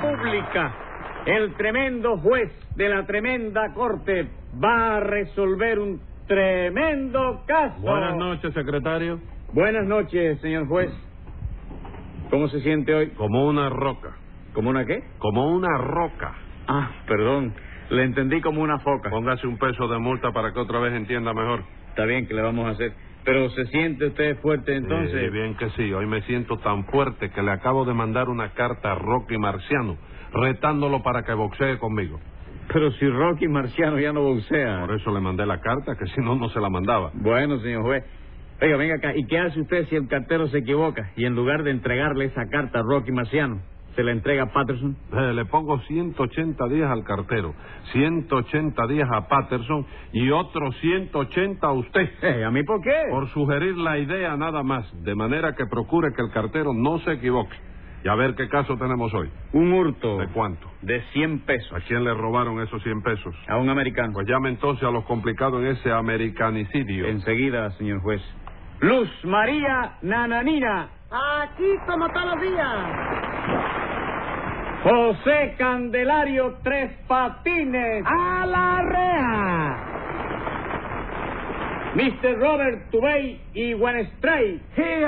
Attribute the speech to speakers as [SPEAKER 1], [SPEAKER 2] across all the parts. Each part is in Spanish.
[SPEAKER 1] pública, el tremendo juez de la tremenda corte va a resolver un tremendo caso.
[SPEAKER 2] Buenas noches, secretario.
[SPEAKER 1] Buenas noches, señor juez. ¿Cómo se siente hoy?
[SPEAKER 2] Como una roca.
[SPEAKER 1] ¿Como una qué?
[SPEAKER 2] Como una roca.
[SPEAKER 1] Ah, perdón. Le entendí como una foca.
[SPEAKER 2] Póngase un peso de multa para que otra vez entienda mejor.
[SPEAKER 1] Está bien que le vamos a hacer. Pero se siente usted fuerte entonces.
[SPEAKER 2] Eh, bien que sí. Hoy me siento tan fuerte que le acabo de mandar una carta a Rocky Marciano retándolo para que boxee conmigo.
[SPEAKER 1] Pero si Rocky Marciano ya no boxea.
[SPEAKER 2] Por eso le mandé la carta, que si no, no se la mandaba.
[SPEAKER 1] Bueno, señor juez. Oiga, venga acá. ¿Y qué hace usted si el cartero se equivoca y en lugar de entregarle esa carta a Rocky Marciano, se la entrega a Patterson?
[SPEAKER 2] Eh, le pongo 180 días al cartero, 180 días a Patterson y otros 180 a usted.
[SPEAKER 1] Eh, ¿A mí por qué?
[SPEAKER 2] Por sugerir la idea nada más, de manera que procure que el cartero no se equivoque. Y a ver qué caso tenemos hoy.
[SPEAKER 1] Un hurto
[SPEAKER 2] ¿De cuánto?
[SPEAKER 1] de 100
[SPEAKER 2] ¿A
[SPEAKER 1] pesos
[SPEAKER 2] quién le robaron esos 100 pesos?
[SPEAKER 1] a un americano.
[SPEAKER 2] Pues llame entonces a los complicados en ese americanicidio.
[SPEAKER 1] Enseguida, señor juez. Luz María Nananina.
[SPEAKER 3] Aquí como todos los días.
[SPEAKER 1] José Candelario Tres Patines.
[SPEAKER 3] A la rea.
[SPEAKER 1] Mr. Robert Tubey y Stray.
[SPEAKER 4] Here!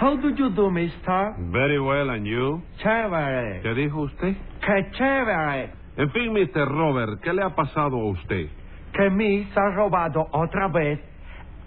[SPEAKER 4] How do you do, mister?
[SPEAKER 2] Very well, and you?
[SPEAKER 4] Chévere.
[SPEAKER 2] ¿Qué dijo usted?
[SPEAKER 4] Que chévere.
[SPEAKER 2] En fin, Mr. Robert, ¿qué le ha pasado a usted?
[SPEAKER 4] Que me se ha robado otra vez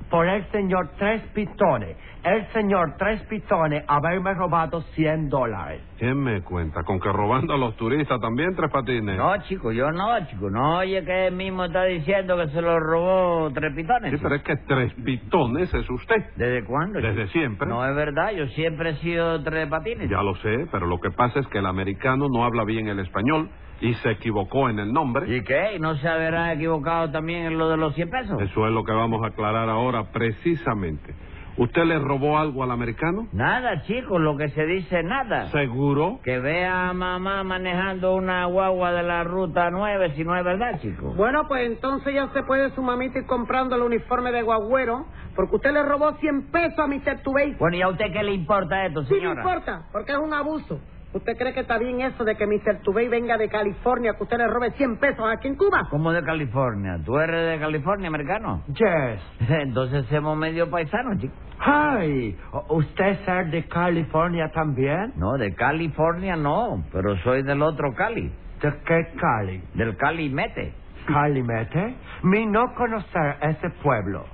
[SPEAKER 4] por el señor Tres Pitones. El señor Tres Pitones haberme robado 100 dólares.
[SPEAKER 2] ¿Quién me cuenta? ¿Con que robando a los turistas también, Tres Patines?
[SPEAKER 5] No, chico, yo no, chico. No, oye, que él mismo está diciendo que se lo robó Tres Pitones.
[SPEAKER 2] Sí, pero es que Tres Pitones es usted.
[SPEAKER 5] ¿Desde cuándo? chico?
[SPEAKER 2] Desde siempre.
[SPEAKER 5] No es verdad, yo siempre he sido Tres Patines.
[SPEAKER 2] Ya lo sé, pero lo que pasa es que el americano no habla bien el español y se equivocó en el nombre.
[SPEAKER 5] ¿Y qué? ¿Y ¿No se habrá equivocado también en lo de los 100 pesos?
[SPEAKER 2] Eso es lo que vamos a aclarar ahora precisamente. ¿Usted le robó algo al americano?
[SPEAKER 5] Nada, chico, lo que se dice nada.
[SPEAKER 2] ¿Seguro?
[SPEAKER 5] Que vea a mamá manejando una guagua de la ruta 9, si no es verdad, chico.
[SPEAKER 3] Bueno, pues entonces ya se puede su mamita ir comprando el uniforme de guagüero, porque usted le robó 100 pesos a Mr. Tubey.
[SPEAKER 5] Bueno, ¿y a usted qué le importa esto,
[SPEAKER 3] Sí, no
[SPEAKER 5] señora?
[SPEAKER 3] importa, porque es un abuso. ¿Usted cree que está bien eso de que Mr. Tubey venga de California, que usted le robe 100 pesos aquí en Cuba?
[SPEAKER 5] ¿Cómo de California? ¿Tú eres de California, americano?
[SPEAKER 4] Yes.
[SPEAKER 5] Entonces somos medio paisanos, chico.
[SPEAKER 4] Hi. ¿Usted es de California también?
[SPEAKER 5] No, de California no, pero soy del otro Cali,
[SPEAKER 4] ¿De qué Cali?
[SPEAKER 5] del Cali Mete.
[SPEAKER 4] Calimete. Mi no conocer ese pueblo.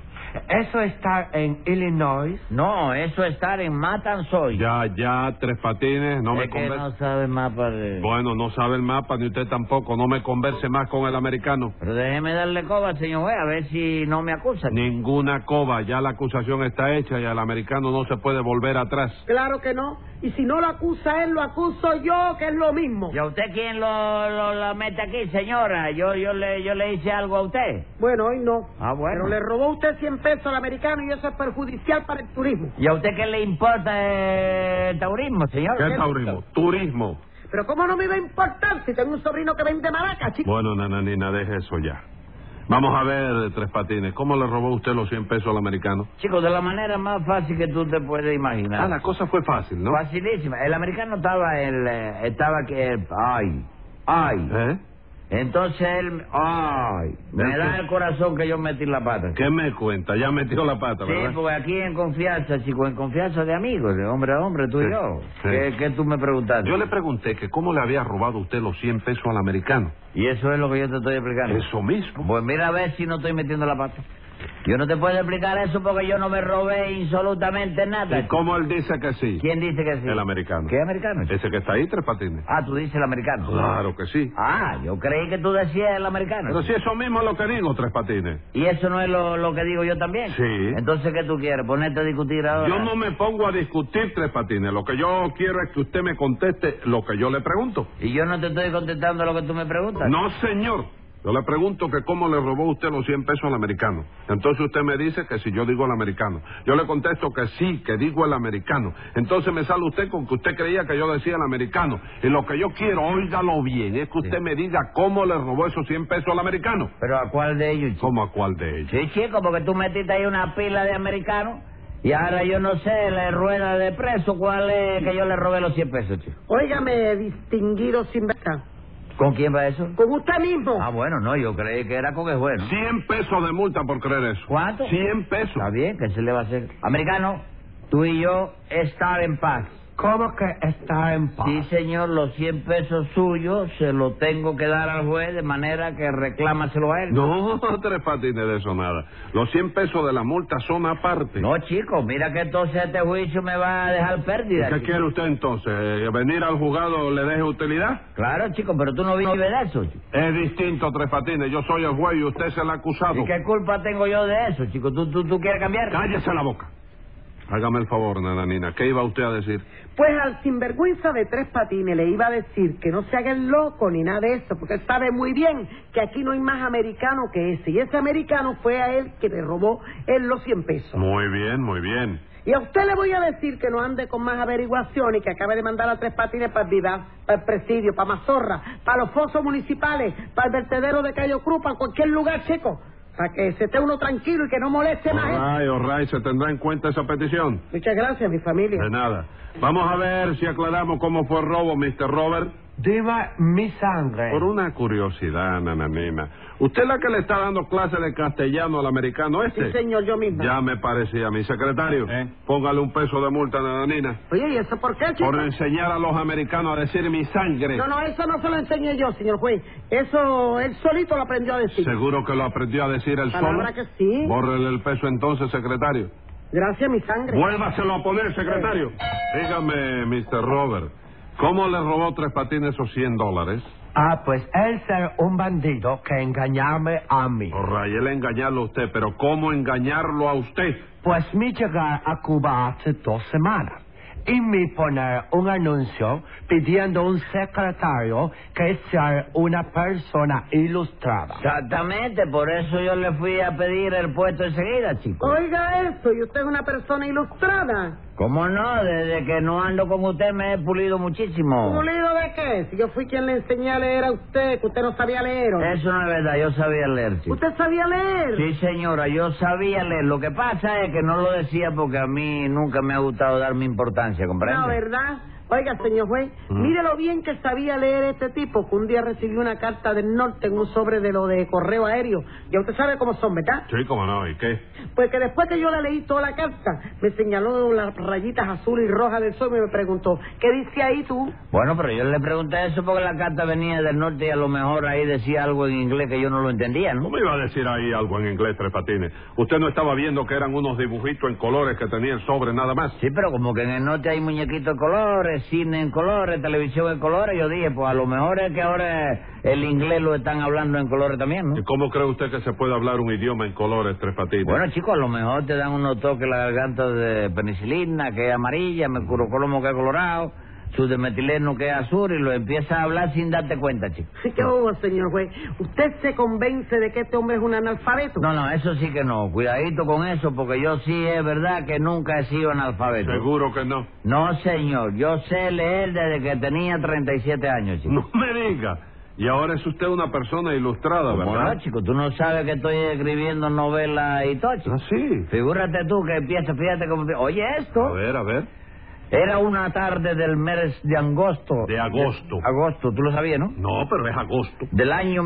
[SPEAKER 4] Eso está en Illinois.
[SPEAKER 5] No, eso es estar en Matanzoy.
[SPEAKER 2] Ya, ya, Tres Patines, no
[SPEAKER 5] es
[SPEAKER 2] me
[SPEAKER 5] que
[SPEAKER 2] converse.
[SPEAKER 5] no sabe mapa de...
[SPEAKER 2] Bueno, no sabe el mapa, ni usted tampoco. No me converse más con el americano.
[SPEAKER 5] Pero déjeme darle coba, señor juez, a ver si no me acusan.
[SPEAKER 2] Ninguna coba, ya la acusación está hecha y al americano no se puede volver atrás.
[SPEAKER 3] Claro que no. Y si no lo acusa él, lo acuso yo, que es lo mismo.
[SPEAKER 5] ¿Y a usted quién lo, lo- la mete aquí, señora? Yo, yo, le, yo le hice algo a usted.
[SPEAKER 3] Bueno, hoy no.
[SPEAKER 5] Ah, bueno.
[SPEAKER 3] Pero le robó usted 100 pesos al americano y eso es perjudicial para el turismo.
[SPEAKER 5] ¿Y a usted qué le importa eh, el taurismo, señor?
[SPEAKER 2] ¿Qué taurismo? Turismo.
[SPEAKER 3] Pero ¿cómo no me iba a importar si tengo un sobrino que vende maracas, chico?
[SPEAKER 2] Bueno, nananina, deje eso ya. Vamos a ver, Tres Patines, ¿cómo le robó usted los 100 pesos al americano?
[SPEAKER 5] Chico, de la manera más fácil que tú te puedes imaginar.
[SPEAKER 2] Ah, la cosa fue fácil, ¿no?
[SPEAKER 5] Facilísima. El americano estaba el eh, estaba que ay, ay.
[SPEAKER 2] ¿Eh?
[SPEAKER 5] Entonces él ay, me da el corazón que yo metí la pata.
[SPEAKER 2] ¿Qué me cuenta? Ya metió la pata,
[SPEAKER 5] Sí,
[SPEAKER 2] ¿verdad?
[SPEAKER 5] porque aquí en confianza, chico, en confianza de amigos, de hombre a hombre, tú
[SPEAKER 2] Sí,
[SPEAKER 5] y yo.
[SPEAKER 2] sí.
[SPEAKER 5] ¿Qué, qué tú me preguntaste?
[SPEAKER 2] Yo le pregunté que cómo le había robado usted los 100 pesos al americano.
[SPEAKER 5] Y eso es lo que yo te estoy explicando.
[SPEAKER 2] Eso mismo.
[SPEAKER 5] Pues mira a ver si no estoy metiendo la pata. Yo no te puedo explicar eso porque yo no me robé absolutamente nada.
[SPEAKER 2] ¿Y cómo él dice que sí?
[SPEAKER 5] ¿Quién dice que sí?
[SPEAKER 2] El americano.
[SPEAKER 5] ¿Qué americano? chico?
[SPEAKER 2] Ese que está ahí, Tres Patines.
[SPEAKER 5] Ah, tú dices el americano.
[SPEAKER 2] Claro que sí.
[SPEAKER 5] Ah, yo creí que tú decías el americano.
[SPEAKER 2] Pero si eso mismo es lo que digo, Tres Patines.
[SPEAKER 5] ¿Y eso no es lo, lo que digo yo también?
[SPEAKER 2] Sí.
[SPEAKER 5] Entonces, ¿qué tú quieres? ¿Ponerte a discutir ahora?
[SPEAKER 2] Yo no me pongo a discutir, Tres Patines. Lo que yo quiero es que usted me conteste lo que yo le pregunto.
[SPEAKER 5] ¿Y yo no te estoy contestando lo que tú me preguntas?
[SPEAKER 2] No, señor. Yo le pregunto que cómo le robó usted los 100 pesos al americano. Entonces usted me dice que si yo digo al americano. Yo le contesto que sí, que digo el americano. Entonces me sale usted con que usted creía que yo decía el americano. Y lo que yo quiero, óigalo bien, es que usted me diga cómo le robó esos 100 pesos al americano.
[SPEAKER 5] ¿Pero a cuál de ellos, chico?
[SPEAKER 2] ¿Cómo a cuál de ellos?
[SPEAKER 5] Sí, chico, porque tú metiste ahí una pila de americanos Y ahora yo no sé, la rueda de preso, ¿cuál es que yo le robé los 100 pesos, chico?
[SPEAKER 3] Óigame, distinguido sin verga.
[SPEAKER 5] ¿Con quién va eso?
[SPEAKER 3] Con usted mismo.
[SPEAKER 5] Ah, bueno, no, yo creí que era con el juez. ¿no?
[SPEAKER 2] 100 pesos de multa por creer eso.
[SPEAKER 5] ¿Cuánto?
[SPEAKER 2] 100 pesos.
[SPEAKER 5] Está bien, ¿qué se le va a hacer? Americano, tú y yo estar en paz.
[SPEAKER 4] ¿Cómo que está en
[SPEAKER 2] Ah.
[SPEAKER 4] paz?
[SPEAKER 5] Sí, señor, los 100 pesos suyos se los tengo que dar al juez de manera que reclámaselo a él.
[SPEAKER 2] No, tres patines de eso nada. Los 100 pesos de la multa son aparte.
[SPEAKER 5] No, chico, mira que entonces este juicio me va a dejar pérdida.
[SPEAKER 2] ¿Qué
[SPEAKER 5] chico.
[SPEAKER 2] quiere usted entonces? Eh, ¿Venir al juzgado le deje utilidad?
[SPEAKER 5] Claro, chico, pero tú no vives de eso, chico.
[SPEAKER 2] Es distinto, Tres Patines. Yo soy el juez y usted es el acusado.
[SPEAKER 5] ¿Y qué culpa tengo yo de eso, chico? ¿Tú, tú, tú quieres cambiar?
[SPEAKER 2] Cállese la boca. Hágame el favor, Nananina. ¿Qué iba usted a decir?
[SPEAKER 3] Pues al sinvergüenza de tres patines le iba a decir que no se haga el loco ni nada de eso, porque él sabe muy bien que aquí no hay más americano que ese. Y ese americano fue a él que le robó él los 100 pesos.
[SPEAKER 2] Muy bien, muy bien.
[SPEAKER 3] Y a usted le voy a decir que no ande con más averiguaciones, que acabe de mandar a tres patines para el Vivar, para el presidio, para Mazorra, para los fosos municipales, para el vertedero de Cayo Cruz, para cualquier lugar, chico, para que se esté uno tranquilo y que no moleste más. gente.
[SPEAKER 2] Orray, orray, se tendrá en cuenta esa petición.
[SPEAKER 3] Muchas gracias, mi familia.
[SPEAKER 2] De nada. Vamos a ver si aclaramos cómo fue el robo, Mr. Robert.
[SPEAKER 4] Dime mi sangre.
[SPEAKER 2] Por una curiosidad, Nananina. ¿Usted es la que le está dando clase de castellano al americano
[SPEAKER 3] Sí,
[SPEAKER 2] este?
[SPEAKER 3] señor, yo misma.
[SPEAKER 2] Ya me parecía, mi secretario.
[SPEAKER 1] ¿Eh?
[SPEAKER 2] Póngale un peso de multa, Nananina.
[SPEAKER 3] Oye, ¿y eso por qué, chico?
[SPEAKER 2] Por enseñar a los americanos a decir mi sangre.
[SPEAKER 3] No, no, eso no se lo enseñé yo, señor juez. Eso él solito lo aprendió a decir.
[SPEAKER 2] ¿Seguro que lo aprendió a decir el solo?
[SPEAKER 3] Palabra que sí.
[SPEAKER 2] Bórrele el peso entonces, secretario.
[SPEAKER 3] Gracias, mi sangre.
[SPEAKER 2] Vuélvaselo a poner, secretario. Dígame, Mr. Robert, ¿cómo le robó Tres Patines esos 100 dólares?
[SPEAKER 4] Ah, pues él ser un bandido que engañarme a mí.
[SPEAKER 2] Rayel engañarlo a usted, pero ¿cómo engañarlo a usted?
[SPEAKER 4] Pues mi llegar a Cuba hace dos semanas y mi poner un anuncio pidiendo un secretario que sea una persona ilustrada.
[SPEAKER 5] Exactamente, por eso yo le fui a pedir el puesto enseguida, chico.
[SPEAKER 3] Oiga eso, y usted es una persona ilustrada.
[SPEAKER 5] ¿Cómo no? Desde que no ando con usted me he pulido muchísimo.
[SPEAKER 3] ¿Pulido de qué? Si yo fui quien le enseñé a leer a usted, que usted no sabía leer. ¿o no?
[SPEAKER 5] Eso no es verdad, yo sabía leer, chico.
[SPEAKER 3] ¿Usted sabía leer?
[SPEAKER 5] Eh, Sí, señora, yo sabía leer. Lo que pasa es que no lo decía porque a mí nunca me ha gustado darme importancia, ¿comprende?
[SPEAKER 3] No, ¿verdad? Oiga, señor juez, mire lo bien que sabía leer este tipo, que un día recibió una carta del norte en un sobre de lo de correo aéreo. Ya usted sabe cómo son, ¿verdad?
[SPEAKER 2] Sí, cómo no, ¿y qué?
[SPEAKER 3] Pues que después que yo le leí toda la carta, me señaló las rayitas azul y roja del sol y me preguntó, ¿qué dice ahí tú?
[SPEAKER 5] Bueno, pero yo le pregunté eso porque la carta venía del norte y a lo mejor ahí decía algo en inglés que yo no lo entendía, ¿no?
[SPEAKER 2] ¿Cómo iba a decir ahí algo en inglés, Tres Patines? Usted no estaba viendo que eran unos dibujitos en colores que tenía el sobre nada más.
[SPEAKER 5] Sí, pero como que en el norte hay muñequitos en colores, cine en colores, televisión en colores, yo dije, pues a lo mejor es que ahora el inglés lo están hablando en colores también,
[SPEAKER 2] ¿Y
[SPEAKER 5] ¿no?
[SPEAKER 2] cómo cree usted que se puede hablar un idioma en colores, Tres Patines?
[SPEAKER 5] Bueno, chicos, a lo mejor te dan unos toques en la garganta de penicilina, que es amarilla, mercurocolomo, que es colorado, su demetileno, que es azul, y lo empiezas a hablar sin darte cuenta, chico.
[SPEAKER 3] ¿Qué hubo, señor juez? ¿Usted se convence de que este hombre es un analfabeto?
[SPEAKER 5] No, no, eso sí que no. Cuidadito con eso, porque yo sí es verdad que nunca he sido analfabeto.
[SPEAKER 2] Seguro que no.
[SPEAKER 5] No, señor. Yo sé leer desde que tenía 37 años, chico.
[SPEAKER 2] No me diga. Y ahora es usted una persona ilustrada,
[SPEAKER 5] Bueno,
[SPEAKER 2] ¿verdad?
[SPEAKER 5] chico, tú no sabes que estoy escribiendo novelas y todo, chico.
[SPEAKER 2] Ah, sí.
[SPEAKER 5] Figúrate tú que empieza, fíjate cómo... te- Oye,
[SPEAKER 2] A
[SPEAKER 5] esto
[SPEAKER 2] ver, a ver.
[SPEAKER 5] era una tarde del mes de agosto.
[SPEAKER 2] De agosto.
[SPEAKER 5] Agosto, tú lo sabías, ¿no?
[SPEAKER 2] No, pero es agosto.
[SPEAKER 5] Del año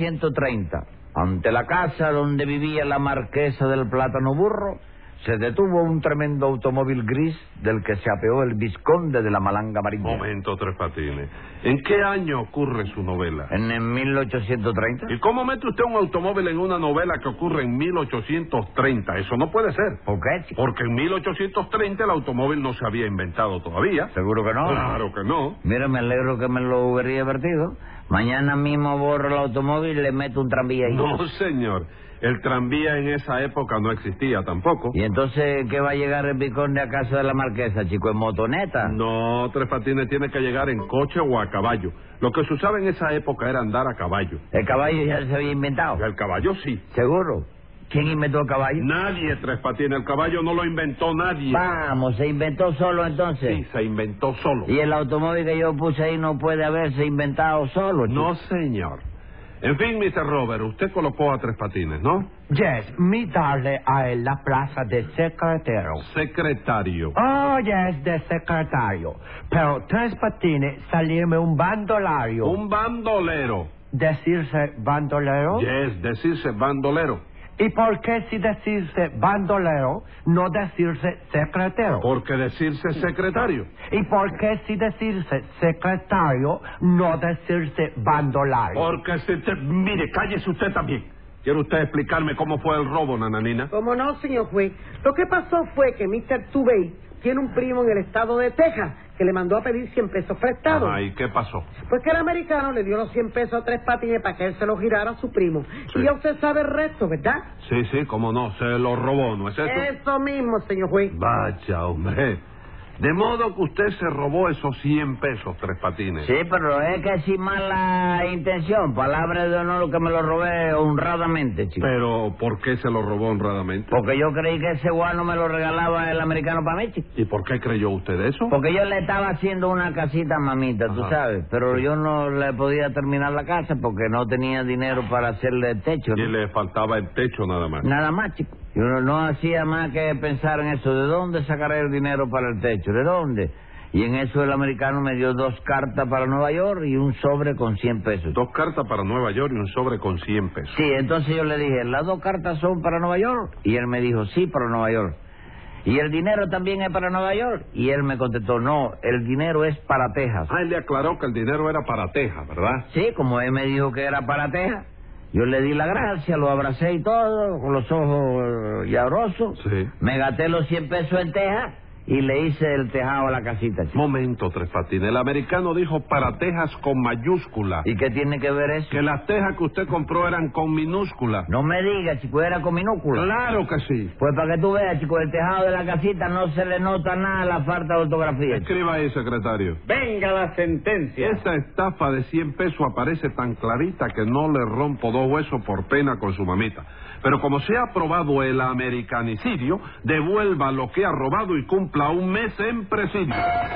[SPEAKER 5] 1830. Ante la casa donde vivía la marquesa del plátano burro, se detuvo un tremendo automóvil gris del que se apeó el visconde de la malanga marinera.
[SPEAKER 2] Momento, Tres Patines. ¿En qué año ocurre su novela?
[SPEAKER 5] En el 1830.
[SPEAKER 2] ¿Y cómo mete usted un automóvil en una novela que ocurre en 1830? Eso no puede ser.
[SPEAKER 5] ¿Por qué, chico?
[SPEAKER 2] Porque en 1830 el automóvil no se había inventado todavía.
[SPEAKER 5] Seguro que no.
[SPEAKER 2] Claro que no.
[SPEAKER 5] Mira, me alegro que me lo hubiera divertido. Mañana mismo borro el automóvil y le meto un tranvía ahí.
[SPEAKER 2] No, señor. El tranvía en esa época no existía tampoco.
[SPEAKER 5] ¿Y entonces qué va a llegar el visconde a casa de la marquesa, chico? ¿En motoneta?
[SPEAKER 2] No, Tres Patines tiene que llegar en coche o a caballo. Lo que se usaba en esa época era andar a caballo.
[SPEAKER 5] El caballo ya se había inventado.
[SPEAKER 2] El caballo sí.
[SPEAKER 5] ¿Seguro? ¿Quién inventó el caballo?
[SPEAKER 2] Nadie, Tres Patines. El caballo no lo inventó nadie.
[SPEAKER 5] Vamos, se inventó solo
[SPEAKER 2] Sí,
[SPEAKER 5] entonces.
[SPEAKER 2] se inventó solo.
[SPEAKER 5] Y el automóvil que yo puse ahí no puede haberse inventado solo. chico.
[SPEAKER 2] No, señor. En fin, Mr. Robert, usted colocó a Tres Patines, ¿no?
[SPEAKER 4] Yes, me darle a él la plaza de secretario.
[SPEAKER 2] Secretario.
[SPEAKER 4] Oh, yes, de secretario. Pero tres patines salirme un bandolario.
[SPEAKER 2] Un bandolero.
[SPEAKER 4] ¿Decirse bandolero?
[SPEAKER 2] Yes, decirse bandolero.
[SPEAKER 4] ¿Y por qué si decirse bandolero, no decirse secretario?
[SPEAKER 2] Porque decirse secretario.
[SPEAKER 4] ¿Y por qué si decirse secretario, no decirse bandolario?
[SPEAKER 2] Porque se te... Mire, cállese usted también. ¿Quiere usted explicarme cómo fue el robo, nananina?
[SPEAKER 3] Como no, señor juez. Lo que pasó fue que Mr. Tubey tiene un primo en el estado de Texas que le mandó a pedir 100 pesos prestados.
[SPEAKER 2] Ay, ¿qué pasó?
[SPEAKER 3] Pues que el americano le dio los 100 pesos a tres patines para que él se los girara a su primo.
[SPEAKER 2] Sí.
[SPEAKER 3] Y ya usted sabe el resto, ¿verdad?
[SPEAKER 2] Sí, sí, cómo no, se lo robó, ¿no es eso?
[SPEAKER 3] Eso mismo, señor juez.
[SPEAKER 2] Vaya, hombre. De modo que usted se robó esos 100 pesos, Tres Patines.
[SPEAKER 5] Sí, pero es que sin mala intención, palabra de honor que me lo robé honradamente, chico.
[SPEAKER 2] Pero, ¿por qué se lo robó honradamente?
[SPEAKER 5] Porque yo creí que ese guano me lo regalaba el americano para mí, chico.
[SPEAKER 2] ¿Y por qué creyó usted eso?
[SPEAKER 5] Porque yo le estaba haciendo una casita a mamita, tú
[SPEAKER 2] Ajá.
[SPEAKER 5] sabes. Pero yo no le podía terminar la casa porque no tenía dinero para hacerle el techo. ¿no?
[SPEAKER 2] Y le faltaba el techo nada más.
[SPEAKER 5] Nada más, chico. Yo no, no hacía más que pensar en eso. ¿De dónde sacaré el dinero para el techo? ¿De dónde? Y en eso el americano me dio dos cartas para Nueva York y un sobre con 100 pesos.
[SPEAKER 2] Dos cartas para Nueva York y un sobre con 100 pesos.
[SPEAKER 5] Sí, entonces yo le dije, las dos cartas son para Nueva York. Y él me dijo, sí, para Nueva York. Y el dinero también es para Nueva York. Y él me contestó, no, el dinero es para Texas.
[SPEAKER 2] Ah, él le aclaró que el dinero era para Texas, ¿verdad?
[SPEAKER 5] Sí, como él me dijo que era para Texas, yo le di la gracia, lo abracé y todo, con los ojos eh, llorosos.
[SPEAKER 2] Sí.
[SPEAKER 5] Me gasté los 100 pesos en Texas y le hice el tejado a la casita. chico.
[SPEAKER 2] Momento, Tres Patines. El americano dijo para Texas con mayúscula.
[SPEAKER 5] ¿Y qué tiene que ver eso?
[SPEAKER 2] Que las tejas que usted compró eran con minúscula.
[SPEAKER 5] No me digas, chico, era con minúscula.
[SPEAKER 2] Claro que sí.
[SPEAKER 5] Pues para que tú veas, chico, el tejado de la casita no se le nota nada la falta de ortografía. chico.
[SPEAKER 2] Escriba ahí, secretario.
[SPEAKER 1] Venga la sentencia.
[SPEAKER 2] Esa estafa de 100 pesos aparece tan clarita que no le rompo dos huesos por pena con su mamita. Pero como se ha aprobado el americanicidio, devuelva lo que ha robado y cumpla un mes en presidio.